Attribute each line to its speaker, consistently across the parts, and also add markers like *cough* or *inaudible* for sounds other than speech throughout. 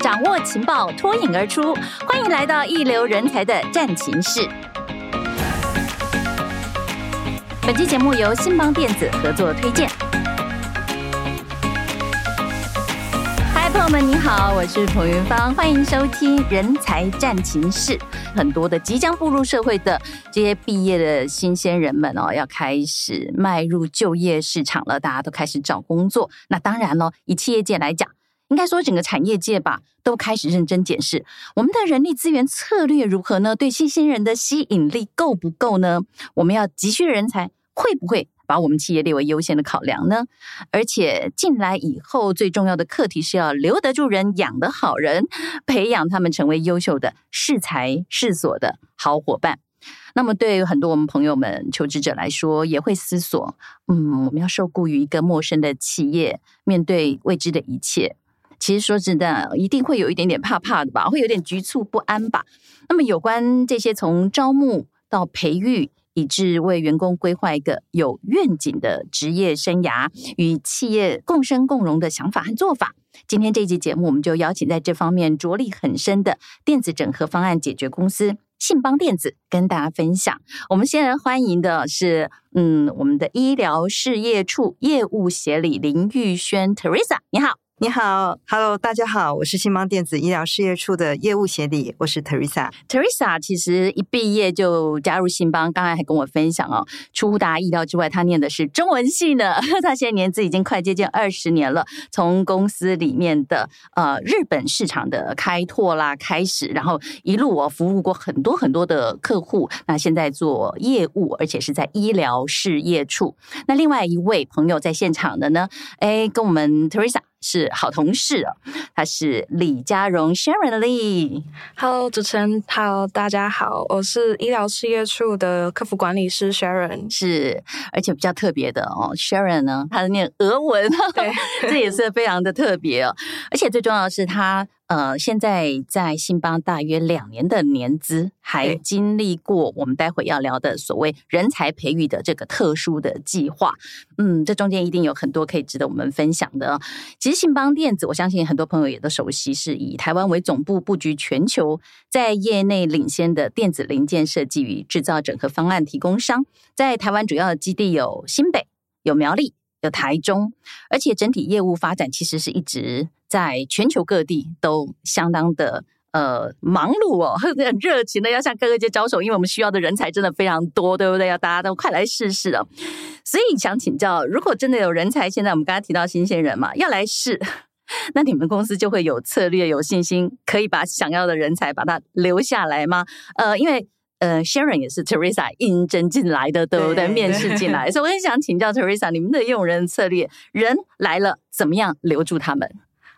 Speaker 1: 掌握情报，脱颖而出。欢迎来到一流人才的战情室。本期节目由新邦电子合作推荐。嗨，朋友们，你好，我是彭云芳，欢迎收听《人才战情室》。很多的即将步入社会的这些毕业的新鲜人们哦，要开始迈入就业市场了，大家都开始找工作。那当然了，以企业界来讲，应该说整个产业界吧，都开始认真检视我们的人力资源策略如何呢？对新鲜人的吸引力够不够呢？我们要急需人才，会不会把我们企业列为优先的考量呢？而且进来以后，最重要的课题是要留得住人，养得好人，培养他们成为优秀的适才适所的好伙伴。那么，对于很多我们朋友们求职者来说，也会思索：嗯，我们要受雇于一个陌生的企业，面对未知的一切，其实说真的，一定会有一点点怕怕的吧，会有点局促不安吧。那么，有关这些从招募到培育，以致为员工规划一个有愿景的职业生涯，与企业共生共荣的想法和做法，今天这一集节目，我们就邀请在这方面着力很深的电子整合方案解决公司信邦电子跟大家分享。我们先来欢迎的是，嗯，我们的医疗事业处业务协理林玉轩 Teresa，你好。
Speaker 2: 你好，Hello，大家好，我是新邦电子医疗事业处的业务协理，我是 Teresa。
Speaker 1: Teresa 其实一毕业就加入信邦，刚才还跟我分享哦，出乎大家意料之外，她念的是中文系呢。 *laughs* 她现在年资已经快接近二十年了，从公司里面的呃日本市场的开拓啦开始，然后一路我、服务过很多很多的客户，那现在做业务，而且是在医疗事业处。那另外一位朋友在现场的呢，哎，跟我们 Teresa 是好同事哦，他是李佳荣 Sharon Lee。
Speaker 3: Hello，主持人，Hello，大家好，我是医疗事业处的客服管理
Speaker 1: *laughs*
Speaker 3: 师 Sharon。
Speaker 1: 是，而且比较特别的哦，Sharon 呢，她是念俄文，
Speaker 3: 对
Speaker 1: 这也是非常的特别哦。而且最重要的是她，呃，现在在信邦大约两年的年资，还
Speaker 3: 对
Speaker 1: 经历过我们待会要聊的所谓人才培育的这个特殊的计划。嗯，这中间一定有很多可以值得我们分享的哦、其实信邦电子，我相信很多朋友也都熟悉，是以台湾为总部布局全球，在业内领先的电子零件设计与制造整合方案提供商。在台湾主要的基地有新北、有苗栗、有台中，而且整体业务发展其实是一直在全球各地都相当的。呃，忙碌哦， *laughs* 很热情的要向各个界招手，因为我们需要的人才真的非常多，对不对？要大家都快来试试哦。所以想请教，如果真的有人才，现在我们刚才提到新鲜人嘛，要来试， *laughs* 那你们公司就会有策略、有信心，可以把想要的人才把它留下来吗？呃，因为呃，Sharon 也是 Teresa 应征进来的，对不对？
Speaker 2: 对
Speaker 1: 面试进 *laughs* 来，所以我很想请教 Teresa，你们的用人策略，人来了怎么样留住他们？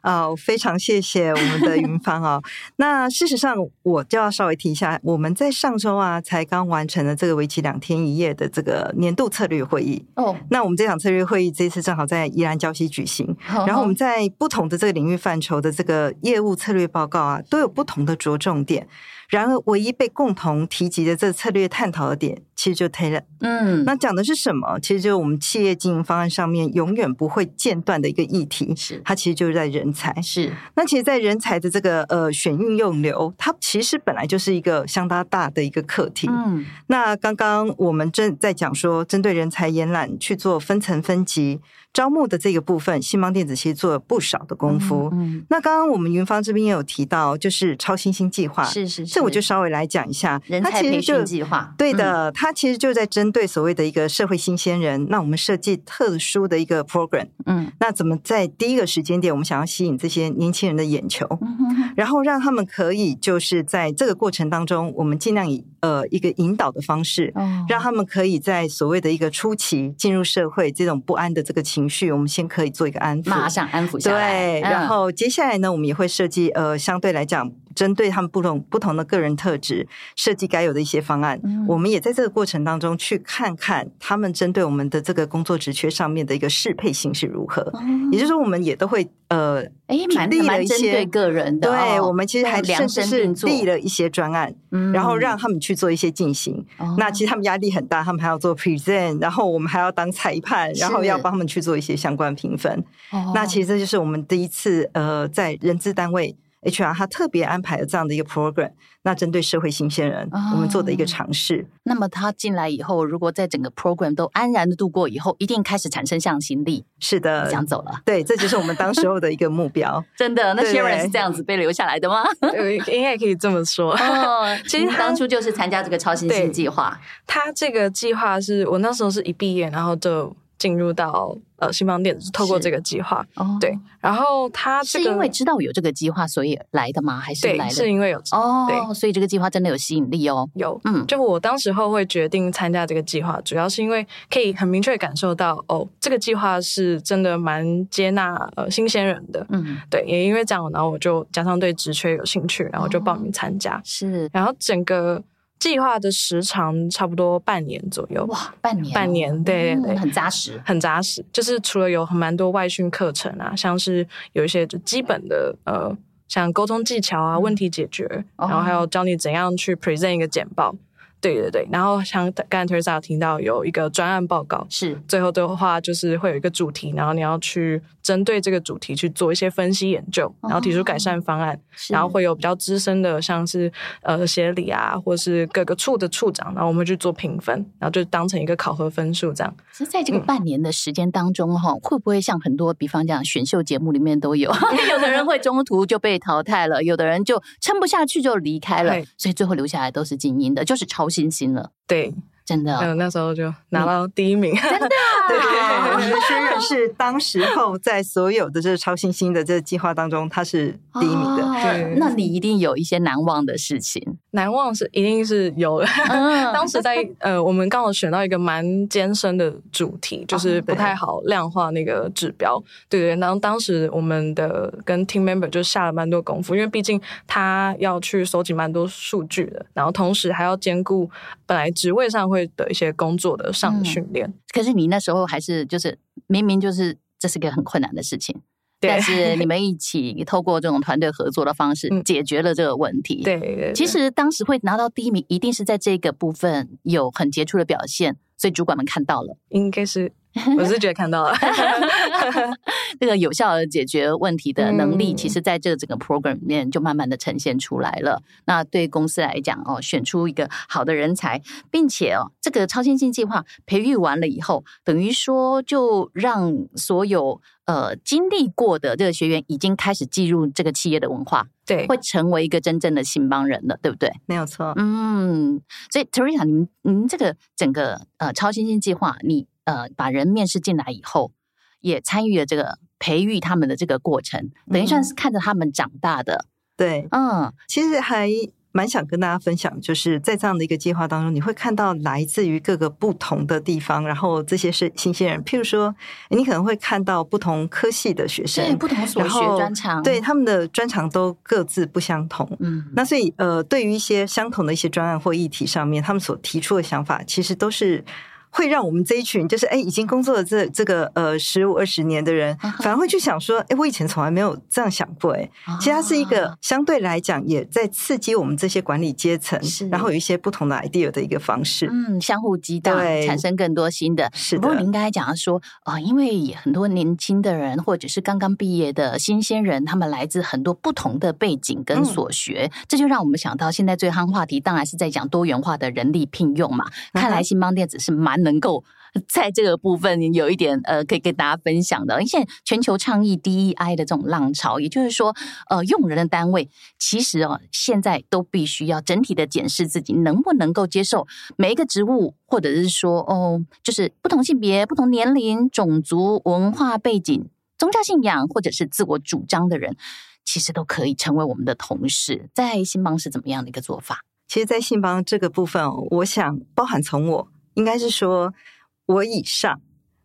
Speaker 2: 啊、我非常谢谢我们的云芳哦。 *laughs* 那事实上，我就要稍微提一下，我们在上周啊，才刚完成了这个为期两天一夜的这个年度策略会议。
Speaker 1: 哦，
Speaker 2: 那我们这场策略会议这次正好在宜兰礁溪举行，然
Speaker 1: 然
Speaker 2: 后我们在不同的这个领域范畴的这个业务策略报告啊，都有不同的着重点。然而，唯一被共同提及的这个策略探讨的点，其实就 Taylor
Speaker 1: 嗯，
Speaker 2: 那讲的是什么？其实就是我们企业经营方案上面永远不会间断的一个议题，
Speaker 1: 是
Speaker 2: 它其实就是在人才。
Speaker 1: 是
Speaker 2: 那其实，在人才的这个呃选运用流，它其实本来就是一个相当大的一个课题。
Speaker 1: 嗯
Speaker 2: 那刚刚我们正在讲说，针对人才延揽去做分层分级招募的这个部分，信邦电子其实做了不少的功夫。
Speaker 1: 嗯，
Speaker 2: 那刚刚我们云芳这边也有提到，就是超新星计划，
Speaker 1: 是是是，
Speaker 2: 啊这我就稍微来讲一下。
Speaker 1: 人
Speaker 2: 它
Speaker 1: 才
Speaker 2: 其实
Speaker 1: 培
Speaker 2: 就
Speaker 1: 训计划，
Speaker 2: 对
Speaker 1: 嗯，
Speaker 2: 的，它其实就在针对所谓的一个社会新鲜人，那我们设计特殊的一个 program，
Speaker 1: 嗯
Speaker 2: 那怎么在第一个时间点，我们想要吸引这些年轻人的眼球，
Speaker 1: 嗯哼哼
Speaker 2: 然后让他们可以就是在这个过程当中，我们尽量以呃一个引导的方式。
Speaker 1: 哦
Speaker 2: 让他们可以在所谓的一个初期进入社会这种不安的这个情绪，我们先可以做一个安抚，
Speaker 1: 马上安抚下来，
Speaker 2: 对，然
Speaker 1: 嗯
Speaker 2: 后接下来呢，我们也会设计呃，相对来讲，针对他们不同不同的个人特质，设计该有的一些方案。
Speaker 1: 嗯
Speaker 2: 我们也在这个过程当中去看看他们针对我们的这个工作职缺上面的一个适配性是如何。
Speaker 1: 嗯
Speaker 2: 也就是说，我们也都会呃，
Speaker 1: 哎，哦蛮
Speaker 2: 立了
Speaker 1: 蛮
Speaker 2: 一
Speaker 1: 针
Speaker 2: 些
Speaker 1: 对个人的，
Speaker 2: 对、
Speaker 1: 哦
Speaker 2: 我们其实还
Speaker 1: 量
Speaker 2: 甚至
Speaker 1: 身
Speaker 2: 是
Speaker 1: 定做，
Speaker 2: 立了一些专案，
Speaker 1: 嗯
Speaker 2: 然后让他们去做一些进行。
Speaker 1: 哦
Speaker 2: 那其实他们压力很大，他们还要做 present，然后我们还要当裁判，然后
Speaker 1: 是
Speaker 2: 要帮他们去做一些相关评分。
Speaker 1: 哦
Speaker 2: 那其实这就是我们第一次呃，在人资单位 HR 他特别安排了这样的一个 program，那针对社会新鲜人，
Speaker 1: 哦
Speaker 2: 我们做的一个尝试。
Speaker 1: 那么他进来以后，如果在整个 program 都安然的度过以后，一定开始产生向心力，
Speaker 2: 是的，
Speaker 1: 想走了。 *laughs*
Speaker 2: 对，这就是我们当时候的一个目标。
Speaker 1: 真的，那
Speaker 2: 对
Speaker 1: Sharon 是这样子被留下来的
Speaker 2: *laughs*
Speaker 1: 吗？
Speaker 3: 对应该也可以这
Speaker 1: *laughs*
Speaker 3: 么说。
Speaker 1: 哦，
Speaker 3: 其
Speaker 1: 您
Speaker 3: 实他
Speaker 1: 当初就是参加这个超新星
Speaker 3: 对
Speaker 1: 计划，
Speaker 3: 他这个计划是我那时候是一毕业，然后就进入到呃新邦电子，透过
Speaker 1: 是
Speaker 3: 这个计划。
Speaker 1: 哦
Speaker 3: 对，然后他这
Speaker 1: 是
Speaker 3: 个
Speaker 1: 因为知道有这个计划所以来的吗？还是来
Speaker 3: 对，
Speaker 1: 的
Speaker 3: 是？因为有
Speaker 1: 哦，
Speaker 3: 对
Speaker 1: 所以这个计划真的有吸引力哦。
Speaker 3: 有。
Speaker 1: 嗯，
Speaker 3: 就我当时候会决定参加这个计划，主要是因为可以很明确地感受到，哦，这个计划是真的蛮接纳呃新鲜人的，
Speaker 1: 嗯，
Speaker 3: 对，也因为这样，然后我就加上对职缺有兴趣，然后就报名参加， *laughs*
Speaker 1: 是
Speaker 3: 然后整个计划的时长差不多半年左右，
Speaker 1: 哇，半年哦，
Speaker 3: 半年对对对
Speaker 1: 嗯很扎实。
Speaker 3: 很扎实。就是除了有很蛮多外训课程啊，像是有一些就基本的呃，像沟通技巧啊、问题解决，
Speaker 1: 哦
Speaker 3: 然后还有教你怎样去 present 一个简报。对对对，然后像刚才 t e r s a 听到有一个专案报告，
Speaker 1: 是
Speaker 3: 最后的话就是会有一个主题，然后你要去针对这个主题去做一些分析研究，然后提出改善方案，
Speaker 1: 哦是，
Speaker 3: 然后会有比较资深的，像是呃协理啊，或是各个处的处长，然后我们去做评分，然后就当成一个考核分数这样。
Speaker 1: 其实在
Speaker 3: 嗯
Speaker 1: 这个半年的时间当中，哈、会不会像很多，比方讲选秀节目里面都有， *laughs* 有的人会中途就被淘汰了，有的人就撑不下去就离开了
Speaker 3: 对，
Speaker 1: 所以最后留下来都是精英的，就是超新星了，
Speaker 3: 对，
Speaker 1: 真的。
Speaker 3: 嗯，那时候就拿到第一
Speaker 1: *laughs*
Speaker 3: 名，
Speaker 2: 对，
Speaker 1: 啊
Speaker 2: *laughs* 我们的薛仁是当时候在所有的这个超新星的这个计划当中，他是第一名的。
Speaker 1: 哦
Speaker 3: 对
Speaker 1: 那你一定有一些难忘的事
Speaker 3: *laughs*
Speaker 1: 情。
Speaker 3: 难忘是一定是有的。
Speaker 1: 嗯
Speaker 3: 当时在呃，我们刚好选到一个蛮艰深的主
Speaker 1: 哦
Speaker 3: 题，就是不太好量化那个指标，对对。然后当时我们的跟 team member 就下了蛮多功夫，因为毕竟他要去收集蛮多数据的，然后同时还要兼顾本来职位上会的一些工作的上的训练。
Speaker 1: 可是你那时候还是就是明明就是这是个很困难的事情，
Speaker 3: 对
Speaker 1: 但是你们一起透过这种团队合作的方式
Speaker 3: 嗯
Speaker 1: 解决了这个问题。
Speaker 3: 对对对
Speaker 1: 其实当时会拿到第一名，一定是在这个部分有很杰出的表现，所以主管们看到了
Speaker 3: 应该
Speaker 1: *laughs*
Speaker 3: 是，我是觉得看到了。 *laughs*
Speaker 1: 这个有效的解决问题的能力，
Speaker 3: 嗯
Speaker 1: 其实在这整个 program 里面就慢慢的呈现出来了。那对公司来讲哦，选出一个好的人才，并且哦，这个超新星计划培育完了以后，等于说就让所有呃经历过的这个学员已经开始进入这个企业的文化，
Speaker 3: 对，
Speaker 1: 会成为一个真正的新帮人了，对不对？
Speaker 2: 没有错，
Speaker 1: 嗯，所以 Teresa，您您这个整个呃超新星计划，你呃把人面试进来以后，也参与了这个培育他们的这个过程，等于算是看着他们长大的。
Speaker 2: 对，
Speaker 1: 嗯，
Speaker 2: 其实还蛮想跟大家分享，就是在这样的一个计划当中，你会看到来自于各个不同的地方，然后这些是新鲜人，譬如说，你可能会看到不同科系的学
Speaker 1: 对，
Speaker 2: 生，
Speaker 1: 嗯不同所
Speaker 2: 然
Speaker 1: 学
Speaker 2: 后
Speaker 1: 专长，
Speaker 2: 对，他们的专长都各自不相同。
Speaker 1: 嗯，
Speaker 2: 那所以，呃，对于一些相同的一些专案或议题上面，他们所提出的想法，其实都是会让我们这一群就是哎已经工作了这这个呃十五二十年的
Speaker 1: *laughs*
Speaker 2: 人，反而会去想说，哎，我以前从来没有这样想过，哎，其实它是一
Speaker 1: 啊
Speaker 2: 个相对来讲也在刺激我们这些管理阶层
Speaker 1: 是，
Speaker 2: 然后有一些不同的 idea 的一个方式。
Speaker 1: 嗯，相互激荡，
Speaker 2: 对
Speaker 1: 产生更多新的。
Speaker 2: 是
Speaker 1: 不过
Speaker 2: 的
Speaker 1: 您刚才讲到说，呃，因为也很多年轻的人或者是刚刚毕业的新鲜人，他们来自很多不同的背景跟
Speaker 2: 嗯
Speaker 1: 所学，这就让我们想到现在最夯话题，当然是在讲多元化的人力聘用嘛。
Speaker 2: 嗯哼
Speaker 1: 看来新邦电子是蛮能够。呃在这个部分有一点呃，可以跟大家分享的，因为现在全球倡议 DEI 的这种浪潮，也就是说，呃，用人的单位其实哦，现在都必须要整体的检视自己能不能够接受每一个职务，或者是说哦，就是不同性别、不同年龄、种族、文化背景、宗教信仰或者是自我主张的人，其实都可以成为我们的同事。在新邦是怎么样的一个做法？
Speaker 2: 其实，在信邦这个部分哦，我想包含从我，应该是说我以上。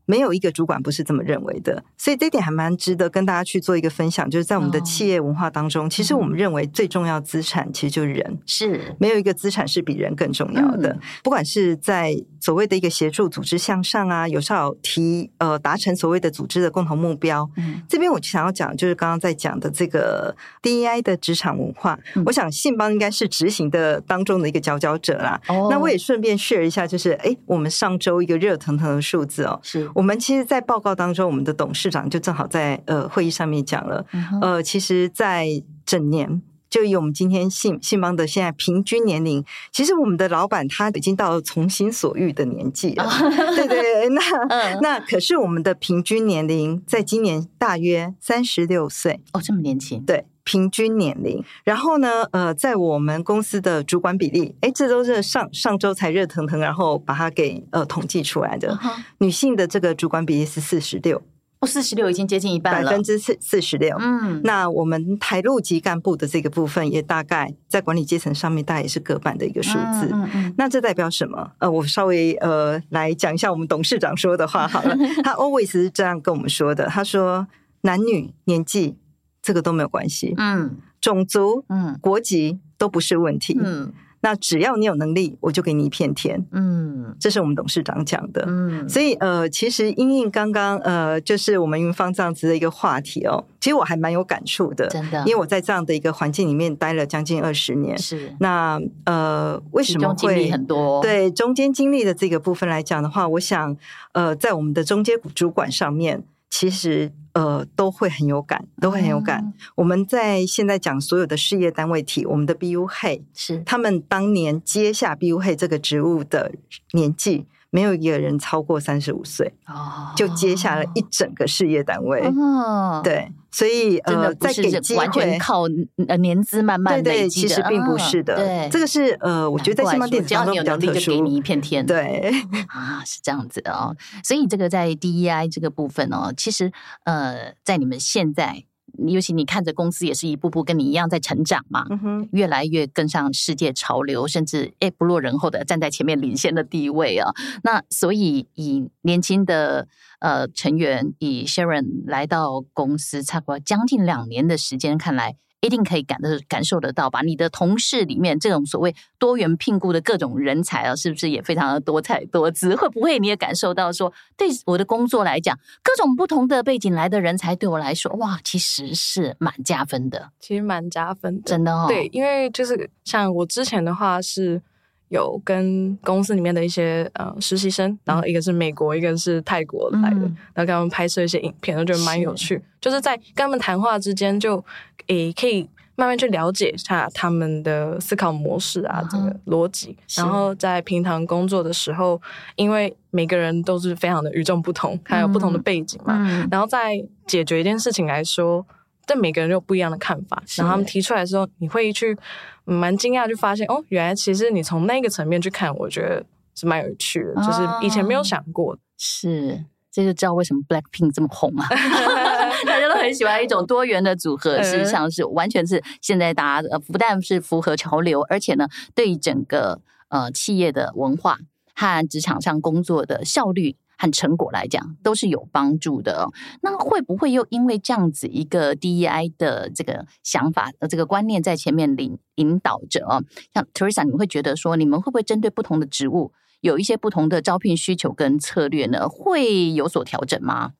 Speaker 2: 没有一个主管不是这么认为的，所以这一点还蛮值得跟大家去做一个分享。就是在我们的
Speaker 1: 哦嗯
Speaker 2: 企业文化当中，其实我们认为最重要资产其实就是人，
Speaker 1: 是
Speaker 2: 没有一个资产是比人更重要的。
Speaker 1: 嗯
Speaker 2: 不管是在所谓的一个协助组织向上啊，有时候提呃达成所谓的组织的共同目标，
Speaker 1: 嗯
Speaker 2: 这边我想要讲，就是刚刚在讲的这个 DEI 的职场文化，
Speaker 1: 嗯
Speaker 2: 我想信邦应该是执行的当中的一个佼佼者啦。
Speaker 1: 哦
Speaker 2: 那我也顺便 share 一下，就是诶，我们上周一个热腾腾的数字哦，
Speaker 1: 是
Speaker 2: 我们其实，在报告当中，我们的董事长就正好在呃会议上面讲了，
Speaker 1: 嗯哼
Speaker 2: 呃，其实，在整年。就以我们今天信信邦的现在平均年龄，其实我们的老板他已经到了从心所欲的年纪
Speaker 1: *laughs*
Speaker 2: 了，对对，那、
Speaker 1: 嗯
Speaker 2: 那可是我们的平均年龄在今年大约三十六岁，
Speaker 1: 哦，这么年轻，
Speaker 2: 对。平均年龄，然后呢，呃，在我们公司的主管比例，哎，这都是上上周才热腾腾，然后把它给呃统计出来
Speaker 1: 嗯
Speaker 2: 的。女性的这个主管比例是四十六，
Speaker 1: 哦，四十六已经接近一
Speaker 2: 百
Speaker 1: 半了，
Speaker 2: 分之四四十六。
Speaker 1: 嗯，
Speaker 2: 那我们台陆级干部的这个部分，也大概在管理阶层上面，大概也是各半的一个数字。
Speaker 1: 嗯嗯
Speaker 2: 那这代表什么？呃，我稍微呃来讲一下我们董事长说的话好
Speaker 1: *laughs*
Speaker 2: 了。他 always 是这样跟我们说的，他说男女年纪这个都没有关系，
Speaker 1: 嗯
Speaker 2: 种族、
Speaker 1: 嗯
Speaker 2: 国籍都不是问题。
Speaker 1: 嗯
Speaker 2: 那只要你有能力，我就给你一片天。
Speaker 1: 嗯
Speaker 2: 这是我们董事长讲的。
Speaker 1: 嗯，
Speaker 2: 所以呃，其实英英刚刚呃，就是我们云芳这样子的一个话题哦，其实我还蛮有感触的，
Speaker 1: 真的
Speaker 2: 因为我在这样的一个环境里面待了将近二十年。
Speaker 1: 是
Speaker 2: 那呃，为
Speaker 1: 其
Speaker 2: 什么
Speaker 1: 中经
Speaker 2: 会
Speaker 1: 历很多，，
Speaker 2: 对中间经历的这个部分来讲的话，我想呃，在我们的中间主管上面，其实呃都会很有感，都会很
Speaker 1: 嗯
Speaker 2: 有
Speaker 1: 哦
Speaker 2: 感。我们在现在讲所有的事业单位体，我们的 BU Hey，
Speaker 1: 是
Speaker 2: 他们当年接下 BU Hey 这个职务的年纪，没有一个人超过三十五岁。
Speaker 1: 哦，
Speaker 2: 就接下了一整个事业单位。
Speaker 1: 哦，。
Speaker 2: 对，所以
Speaker 1: 真的
Speaker 2: 呃，
Speaker 1: 不
Speaker 2: 再给
Speaker 1: 是
Speaker 2: 机
Speaker 1: 完全
Speaker 2: 会。
Speaker 1: 靠呃年资慢慢
Speaker 2: 对
Speaker 1: 累
Speaker 2: 对，
Speaker 1: 积
Speaker 2: 其
Speaker 1: 的，
Speaker 2: 实并不是
Speaker 1: 嗯
Speaker 2: 的
Speaker 1: 对，，
Speaker 2: 这个是呃，我觉得在新
Speaker 1: 难怪
Speaker 2: 邦电
Speaker 1: 说
Speaker 2: 子
Speaker 1: 只要
Speaker 2: 厂都
Speaker 1: 你有
Speaker 2: 比较
Speaker 1: 能力
Speaker 2: 特
Speaker 1: 就给你
Speaker 2: 殊
Speaker 1: 一。片天， *laughs*
Speaker 2: 对，
Speaker 1: 啊，是这样子的哦。所以这个在 DEI 这个部分哦，其实呃，在你们现在，尤其你看着公司也是一步步跟你一样在成长嘛，
Speaker 2: 嗯哼，
Speaker 1: 越来越跟上世界潮流，甚至诶不落人后的站在前面领先的地位啊。那所以以年轻的呃成员，以 Sharon 来到公司差不多将近两年的时间，看来。一定可以感得感受得到吧？你的同事里面这种所谓多元聘雇的各种人才啊，是不是也非常的多彩多姿？会不会你也感受到说，对我的工作来讲，各种不同的背景来的人才，对我来说，哇，其实是蛮加分的，
Speaker 3: 其实蛮加分的。
Speaker 1: 真的哦。
Speaker 3: 对，因为就是像我之前的话是有跟公司里面的一些呃实习生，然后一个是美国，一个是泰国来的，
Speaker 1: 嗯
Speaker 3: 然后跟他们拍摄一些影片，我觉得蛮有趣。就是在跟他们谈话之间就，诶可以慢慢去了解一下他们的思考模式啊，
Speaker 1: 嗯
Speaker 3: 这
Speaker 1: 哼
Speaker 3: 个逻辑。
Speaker 1: 是
Speaker 3: 然后在平常工作的时候，因为每个人都是非常的与众不同，还有不同的
Speaker 1: 嗯
Speaker 3: 背景嘛，
Speaker 1: 嗯
Speaker 3: 然后在解决一件事情来说，但每个人有不一样的看法，
Speaker 1: 是
Speaker 3: 然后他们提出来的时候，你会去嗯蛮惊讶，就发现哦，原来其实你从那个层面去看，我觉得是蛮有趣
Speaker 1: 哦
Speaker 3: 的，就是以前没有想过的。
Speaker 1: 是，这就知道为什么 Blackpink 这么红啊， *laughs* 大家都很喜欢一种多元的组合，嗯事实上是完全是现在大家呃不但是符合潮流，而且呢，对整个呃企业的文化和职场上工作的效率。和成果来讲都是有帮助的、哦。那会不会又因为这样子一个 DEI 的这个想法、呃这个观念在前面领引导着哦？像 Teresa，你会觉得说，你们会不会针对不同的职务，有一些不同的招聘需求跟策略呢，会有所调整吗？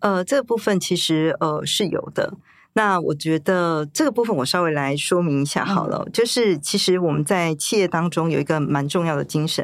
Speaker 2: 呃，这个部分其实呃是有的。那我觉得这个部分我稍微来说明一下好了，就是其实我们在企业当中有一个蛮重要的精神，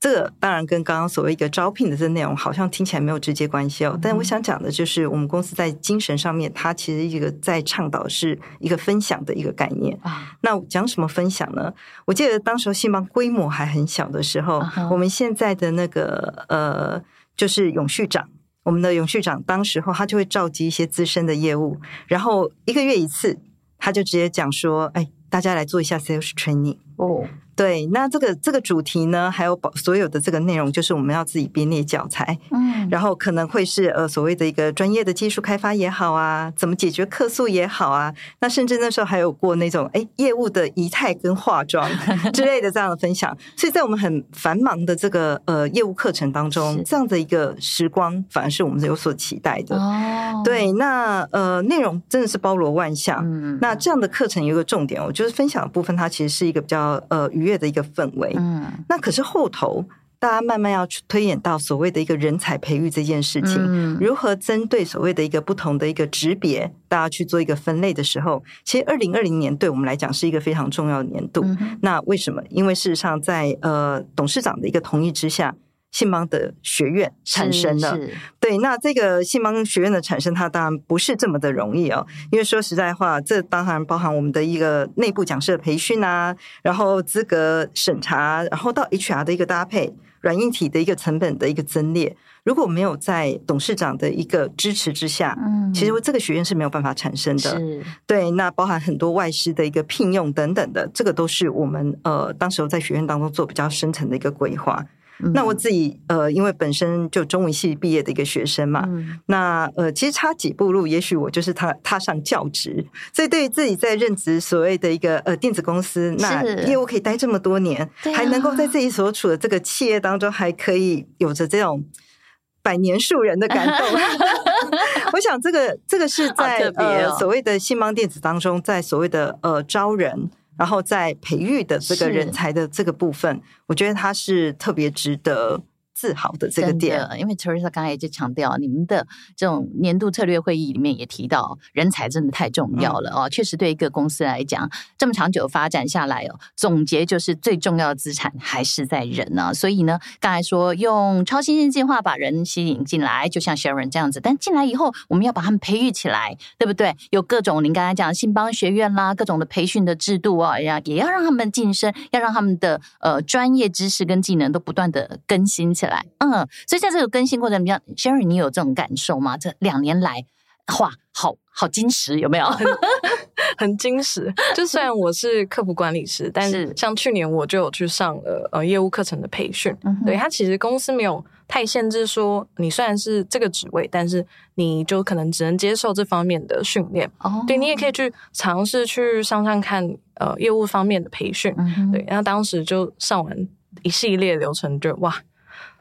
Speaker 2: 这个当然跟刚刚所谓一个招聘的这内容好像听起来没有直接关系哦，但我想讲的就是我们公司在精神上面，它其实一个在倡导是一个分享的一个概念。
Speaker 1: 啊，
Speaker 2: 那讲什么分享呢？我记得当时候信邦规模还很小的时候
Speaker 1: 啊哈
Speaker 2: 我们现在的那个呃，就是永续长，我们的永续长当时候他就会召集一些资深的业务，然后一个月一次，他就直接讲说：“哎，大家来做一下 sales training。”
Speaker 1: 哦，
Speaker 2: 对，那这个这个主题呢，还有保所有的这个内容，就是我们要自己编列教材，
Speaker 1: 嗯，
Speaker 2: 然后可能会是呃所谓的一个专业的技术开发也好啊，怎么解决客诉也好啊，那甚至那时候还有过那种哎业务的仪态跟化
Speaker 1: *laughs*
Speaker 2: 妆之类的这样的分享，所以在我们很繁忙的这个呃业务课程当
Speaker 1: 是
Speaker 2: 中，这样的一个时光反而是我们有所期待的。
Speaker 1: 哦，
Speaker 2: 对，那呃内容真的是包罗万象，
Speaker 1: 嗯，
Speaker 2: 那这样的课程有一个重点哦，就是分享的部分，它其实是一个比较呃愉悦的一个氛围。
Speaker 1: 嗯，
Speaker 2: 那可是后头大家慢慢要去推演到所谓的一个人才培育这件事情，
Speaker 1: 嗯
Speaker 2: 如何针对所谓的一个不同的一个职别，大家去做一个分类的时候，其实二零二零年对我们来讲是一个非常重要的年度。
Speaker 1: 嗯哼
Speaker 2: 那为什么？因为事实上在，呃董事长的一个同意之下，信邦的学院产生了。
Speaker 1: 是是
Speaker 2: 对，那这个信邦学院的产生，它当然不是这么的容易哦。因为说实在话，这当然包含我们的一个内部讲师的培训啊，然后资格审查，然后到 HR 的一个搭配，软硬体的一个成本的一个增列。如果没有在董事长的一个支持之下，
Speaker 1: 嗯
Speaker 2: 其实这个学院是没有办法产生的。
Speaker 1: 是
Speaker 2: 对，那包含很多外师的一个聘用等等的，这个都是我们呃当时候在学院当中做比较深层的一个规划。
Speaker 1: 嗯
Speaker 2: 那我自己呃，因为本身就中文系毕业的一个学生嘛，
Speaker 1: 嗯
Speaker 2: 那呃，其实差几步路，也许我就是踏踏上教职，所以对于自己在任职所谓的一个呃电子公司，那
Speaker 1: 是
Speaker 2: 业务可以待这么多年，
Speaker 1: 对啊
Speaker 2: 还能够在自己所处的这个企业当中，还可以有着这种。百年树人的
Speaker 1: *laughs*
Speaker 2: 感动，我想这个这个是在、
Speaker 1: 好特别哦
Speaker 2: 呃所谓的信邦电子当中，在所谓的呃招人，然后在培育的这个
Speaker 1: 是
Speaker 2: 人才的这个部分，我觉得它是特别值得自豪的这个
Speaker 1: 真
Speaker 2: 点。
Speaker 1: 的，因为 Teresa 刚才也就强调，你们的这种年度策略会议里面也提到，人才真的太重要
Speaker 2: 嗯
Speaker 1: 了、哦。确实，对一个公司来讲，这么长久发展下来哦，总结就是最重要的资产还是在人啊。所以呢，刚才说用超新星计划把人吸引进来，就像 Sharon 这样子，但进来以后，我们要把他们培育起来，对不对？有各种您刚才讲信邦学院啦，各种的培训的制度啊，也要也要让他们晋升，要让他们的呃专业知识跟技能都不断的更新起来。嗯，所以在这个更新过程中，Sherry，你有这种感受吗？这两年来，哇，好好矜持，有没
Speaker 3: *laughs*
Speaker 1: 有？
Speaker 3: 很矜持。就虽然我是客服管理师，但
Speaker 1: 是
Speaker 3: 像去年我就有去上了呃业务课程的培训。
Speaker 1: 嗯哼
Speaker 3: 对，它其实公司没有太限制说你虽然是这个职位，但是你就可能只能接受这方面的训练。
Speaker 1: 哦
Speaker 3: 对你也可以去尝试去上上看呃业务方面的培训。
Speaker 1: 嗯哼
Speaker 3: 对，然后当时就上完一系列流程就，哇，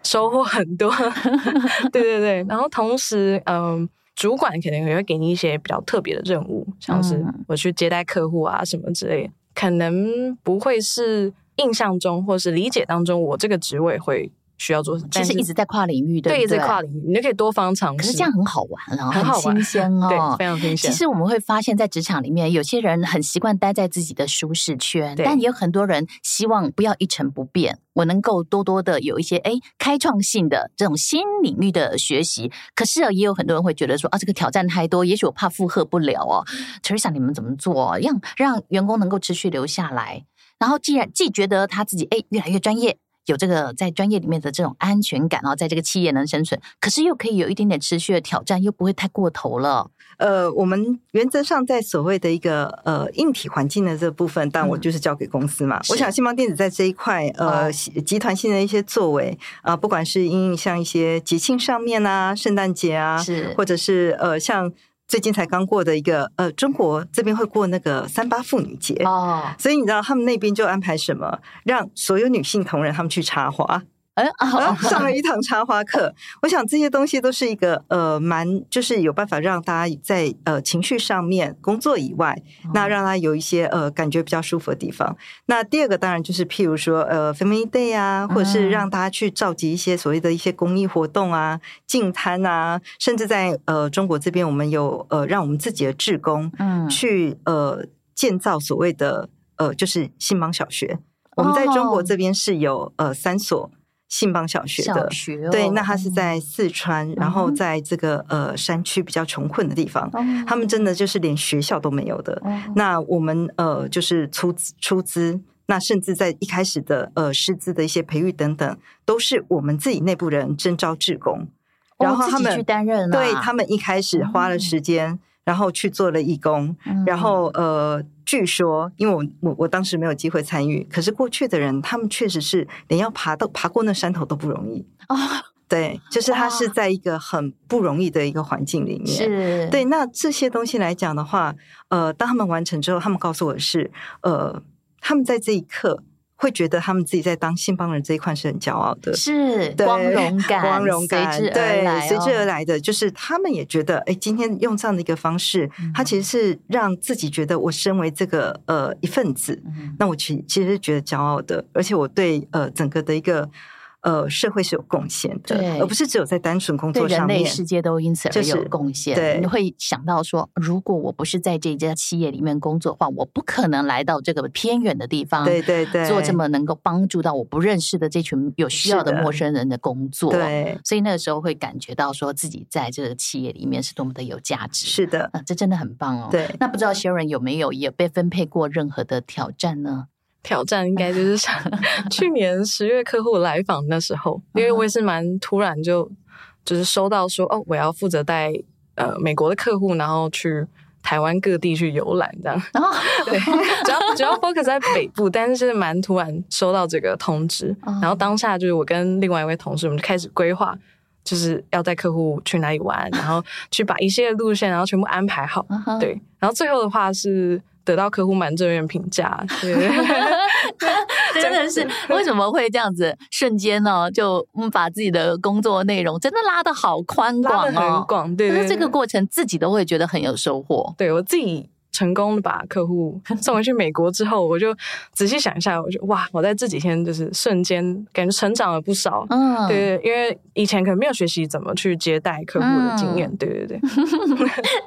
Speaker 3: 收获很多。 *laughs* 对对对，然后同时，嗯，主管肯定也会给你一些比较特别的任务，像是
Speaker 1: 嗯
Speaker 3: 我去接待客户啊什么之类的，可能不会是印象中或是理解当中我这个职位会需要做什么，
Speaker 1: 其
Speaker 3: 但
Speaker 1: 实
Speaker 3: 是
Speaker 1: 一直在跨领域，对不
Speaker 3: 对
Speaker 1: 对，
Speaker 3: 一直跨领域，你就可以多方尝
Speaker 1: 可
Speaker 3: 试。
Speaker 1: 是这样很好玩哦，
Speaker 3: 很好玩
Speaker 1: 新鲜哦，
Speaker 3: 对，非常明显
Speaker 1: 其。实我们会发现，在职场里面，有些人很习惯待在自己的舒适圈，
Speaker 3: 对
Speaker 1: 但也有很多人希望不要一成不变，我能够多多的有一些哎开创性的这种新领域的学习。可是啊，也有很多人会觉得说啊，这个挑战太多，也许我怕负荷不了哦。Teresa，你们怎么做哦让让员工能够持续留下来？然后既然既觉得他自己哎越来越专业。有这个在专业里面的这种安全感，然啊后在这个企业能生存，可是又可以有一点点持续的挑战，又不会太过头了。
Speaker 2: 呃，我们原则上在所谓的一个呃硬体环境的这部分，但我
Speaker 1: 嗯
Speaker 2: 就是交给公司嘛。
Speaker 1: 是
Speaker 2: 我想信邦电子在这一块呃、
Speaker 1: 哦
Speaker 2: 集集团性的一些作为啊、不管是因应像一些节庆上面啊，圣诞节啊，
Speaker 1: 是
Speaker 2: 或者是呃像最近才刚过的一个呃中国这边会过那个三八妇女节。
Speaker 1: 哦，
Speaker 2: 所以你知道他们那边就安排什么，让所有女性同仁他们去插花。
Speaker 1: 哎
Speaker 2: 然
Speaker 1: 哦，
Speaker 2: 后上了一堂插花课。我想这些东西都是一个呃，蛮就是有办法让大家在呃情绪上面工作以外，那让他有一些呃感觉比较舒服的地方。那第二个当然就是譬如说呃 Family Day 啊，或者是让大家去召集一些所谓的一些公益活动啊、进摊啊，甚至在呃中国这边，我们有呃让我们自己的志工
Speaker 1: 嗯
Speaker 2: 去呃建造所谓的呃就是信邦小学。我们在中
Speaker 1: 哦
Speaker 2: 国这边是有呃三所信邦小学
Speaker 1: 小
Speaker 2: 的，
Speaker 1: 学哦
Speaker 2: 对，那它是在四川，然后
Speaker 1: 嗯哼
Speaker 2: 在这个呃山区比较穷困的地方，
Speaker 1: 嗯
Speaker 2: 他们真的就是连学校都没有的。
Speaker 1: 哦
Speaker 2: 那我们呃就是出资出资，那甚至在一开始的呃师资的一些培育等等，都是我们自己内部人征召志工，
Speaker 1: 哦
Speaker 2: 然后
Speaker 1: 自
Speaker 2: 他
Speaker 1: 己
Speaker 2: 们
Speaker 1: 去担任啊，哦
Speaker 2: 对他们一开始花了时间，然后去做了义工，
Speaker 1: 们
Speaker 2: 然后呃，据说因为我我我当时没有机会参与，可是过去的人他们确实是连要爬到爬过那山头都不容易。
Speaker 1: 哦
Speaker 2: 对，就是他
Speaker 1: 哇
Speaker 2: 是在一个很不容易的一个环境里面。
Speaker 1: 是，
Speaker 2: 对，那这些东西来讲的话，呃，当他们完成之后，他们告诉我的是，呃，他们在这一刻会觉得他们自己在当信邦人这一块是很骄傲的。
Speaker 1: 是
Speaker 2: 对
Speaker 1: 光荣感，
Speaker 2: 光荣感，
Speaker 1: 随之而来、哦
Speaker 2: 对，随之而。来的就是他们也觉得，哎，今天用这样的一个方式，他其
Speaker 1: 嗯
Speaker 2: 实是让自己觉得我身为这个呃一份子，
Speaker 1: 嗯
Speaker 2: 那我其其实是觉得骄傲的，而且我对呃整个的一个。呃社会是有贡献
Speaker 1: 对
Speaker 2: 的，而不是只有在单纯工
Speaker 1: 对
Speaker 2: 作
Speaker 1: 人
Speaker 2: 上
Speaker 1: 类
Speaker 2: 面。
Speaker 1: 世界都因此而
Speaker 2: 就是
Speaker 1: 有贡献。
Speaker 2: 对
Speaker 1: 你会想到说，如果我不是在这家企业里面工作的话，我不可能来到这个偏远的地方，
Speaker 2: 对对
Speaker 1: *laughs*
Speaker 2: 对，
Speaker 1: 做这么能够帮助到我不认识的这群有需要
Speaker 2: 是
Speaker 1: 的
Speaker 2: 的
Speaker 1: 陌生人的工作。，
Speaker 2: 对，
Speaker 1: 所以那个时候会感觉到说自己在这个企业里面是多么的有价值。
Speaker 2: 是的，
Speaker 1: 啊，这真的很棒哦。 *laughs*
Speaker 2: 对
Speaker 1: 那不知道 Sharon 有没有也被分配过任何的挑战
Speaker 3: *laughs*
Speaker 1: 呢？
Speaker 3: 挑战应该就是像去年十月客户来访那时候，因为我也是蛮突然就就是收到说哦，我要负责带呃美国的客户，然后去台湾各地去游览这样。 *laughs*
Speaker 1: 然后，
Speaker 3: 对，主要主要 focus 在北部，但是就是蛮突然收到这个通知，
Speaker 1: 嗯
Speaker 3: 然后当下就是我跟另外一位同事，我们就开始规划，就是要带客户去哪里玩，然后去把一系列路线，然后全部安排好。
Speaker 1: 嗯哼，
Speaker 3: 对，然后最后的话是得到客户蛮正面评价，对
Speaker 1: 真的是为什么会这样子瞬间呢、哦？就嗯把自己的工作内容真的拉的好宽
Speaker 3: 拉
Speaker 1: 广
Speaker 3: 的
Speaker 1: 哦，
Speaker 3: 很广，对
Speaker 1: 可
Speaker 3: 对
Speaker 1: 是这个
Speaker 3: 对
Speaker 1: 过程自己都会觉得很有收获。
Speaker 3: 对我自己。成功的把
Speaker 1: *laughs*
Speaker 3: 客户送回去美国之后，我就仔细想一下，我就哇，我在这几天就是瞬间感觉成长了不少，
Speaker 1: 嗯，
Speaker 3: 对，因为以前可能没有学习怎么去接待客户的经
Speaker 1: 嗯
Speaker 3: 验，对
Speaker 1: *laughs*
Speaker 3: 对对，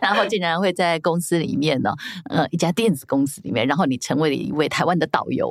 Speaker 1: 然后竟然会在公司里面呢，呃，一家电子公司里面，然后你成为了一位台湾的导游，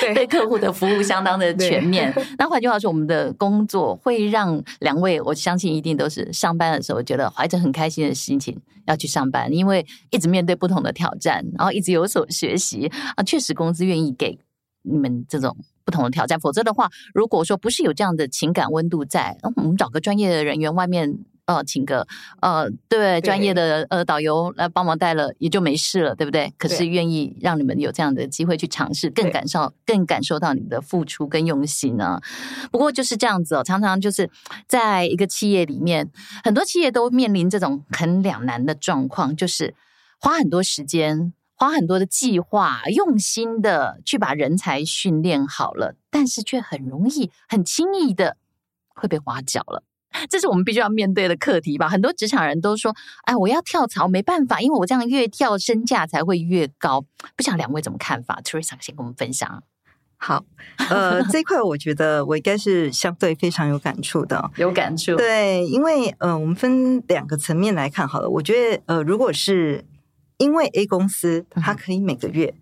Speaker 3: 对
Speaker 1: 对客户的服务相当的全面。那换句话说，我们的工作会让两位，我相信一定都是上班的时候觉得怀着很开心的心情要去上班，因为一直面对不同的挑战，然后一直有所学习啊，确实公司愿意给你们这种。不同的挑战，否则的话，如果说不是有这样的情感温度在，嗯我们找个专业的人员，外面呃请个呃对专业的呃导游来帮忙带了，也就没事了，对不对？可是
Speaker 3: 对
Speaker 1: 愿意让你们有这样的机会去尝试，更
Speaker 3: 对
Speaker 1: 感受更感受到你们的付出跟用心啊。不过就是这样子哦，常常就是在一个企业里面，很多企业都面临这种很两难的状况，就是花很多时间、花很多的计划、用心的去把人才训练好了，但是却很容易、很轻易的会被挖角了。 *laughs* 这是我们必须要面对的课题吧？很多职场人都说：“哎，我要跳槽，没办法，因为我这样越跳身价才会越高。”不晓得两位怎么看法？Teresa 先跟我们分享。
Speaker 2: *laughs* 好，呃，这一块我觉得我应该是相对非常有感触的哦、
Speaker 1: 有感触，
Speaker 2: 对，因为呃，我们分两个层面来看好了。我觉得呃，如果是因为 A 公司，
Speaker 1: 嗯哼
Speaker 2: 它可以每个月，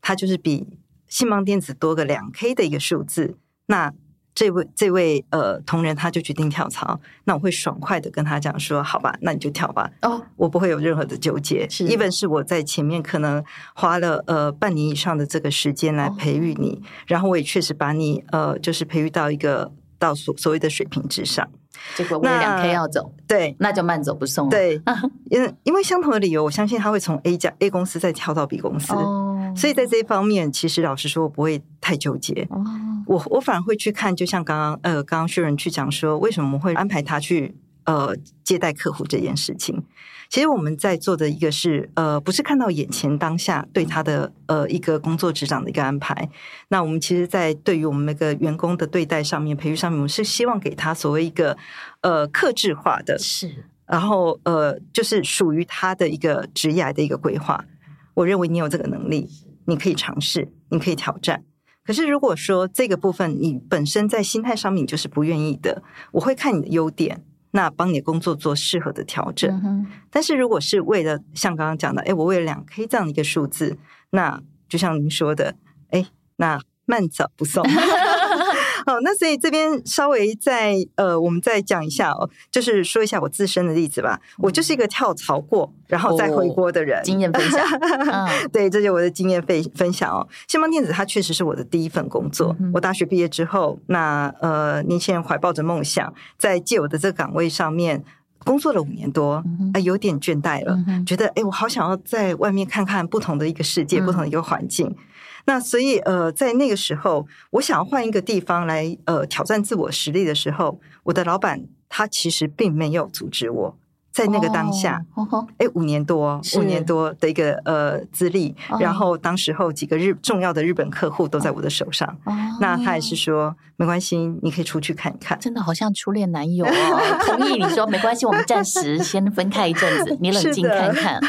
Speaker 2: 它就是比信邦电子多个两 K 的一个数字，那这位这位呃同仁他就决定跳槽，那我会爽快的跟他讲说，好吧，那你就跳吧，
Speaker 1: 哦，
Speaker 2: 我不会有任何的纠结。
Speaker 1: 是
Speaker 2: even 是我在前面可能花了呃半年以上的这个时间来
Speaker 1: 哦
Speaker 2: 培育你，然后我也确实把你呃就是培育到一个到所所谓的水平之上。
Speaker 1: 结果为了两
Speaker 2: 那
Speaker 1: K 要走，
Speaker 2: 对
Speaker 1: 那就慢走不送了。
Speaker 2: 对，因因为相同的理由，我相信他会从 A 家 A 公司再跳到 B 公司，
Speaker 1: 哦，
Speaker 2: 所以在这一方面，其实老实说，我不会太纠结。
Speaker 1: 哦，
Speaker 2: 我我反而会去看，就像刚刚呃，刚刚薛仁去讲说，为什么我们会安排他去呃接待客户这件事情。其实我们在做的一个是呃，不是看到眼前当下对他的呃一个工作职掌的一个安排。那我们其实，在对于我们那个员工的对待上面、培育上面，我们是希望给他所谓一个呃克制化的，
Speaker 1: 是
Speaker 2: 然后呃，就是属于他的一个职业的一个规划。我认为你有这个能力，你可以尝试，你可以挑战。可是如果说这个部分你本身在心态上面你就是不愿意的，我会看你的优点，那帮你的工作做适合的调整。
Speaker 1: 嗯哼
Speaker 2: 但是如果是为了像刚刚讲的，哎，我为了两 K 这样的一个数字，那就像您说的，哎，那慢走
Speaker 1: *laughs*
Speaker 2: 不送。好，那所以这边稍微再呃，我们再讲一下哦，就是说一下我自身的例子吧。我就是一个跳槽过然后再回国的人，
Speaker 1: 哦经验分 *laughs* 享，嗯，
Speaker 2: 对，这就是我的经验分分享哦。信邦电子它确实是我的第一份工作。
Speaker 1: 嗯哼
Speaker 2: 我大学毕业之后，那呃，年轻人怀抱着梦想，在既有的这个岗位上面工作了五年多，啊、
Speaker 1: 嗯哼
Speaker 2: 有点倦怠了，
Speaker 1: 嗯哼
Speaker 2: 觉得哎，诶我好想要在外面看看不同的一个世界，
Speaker 1: 嗯
Speaker 2: 不同的一个环境。那所以，呃，在那个时候，我想要换一个地方来，呃，挑战自我实力的时候，我的老板他其实并没有阻止我，在那个当下，
Speaker 1: 哦吼
Speaker 2: 哎，五年多，
Speaker 1: 是
Speaker 2: 五年多的一个呃资历
Speaker 1: 哦，
Speaker 2: 然后当时候几个日重要的日本客户都在我的手上，
Speaker 1: 哦
Speaker 2: 那他也是说没关系，你可以出去看一
Speaker 1: *laughs*
Speaker 2: 看。
Speaker 1: 真的好像初恋男友哦，
Speaker 2: *laughs*
Speaker 1: 同意你说没关系，我们暂时先分开一阵子，你冷静
Speaker 2: 是的
Speaker 1: 看看，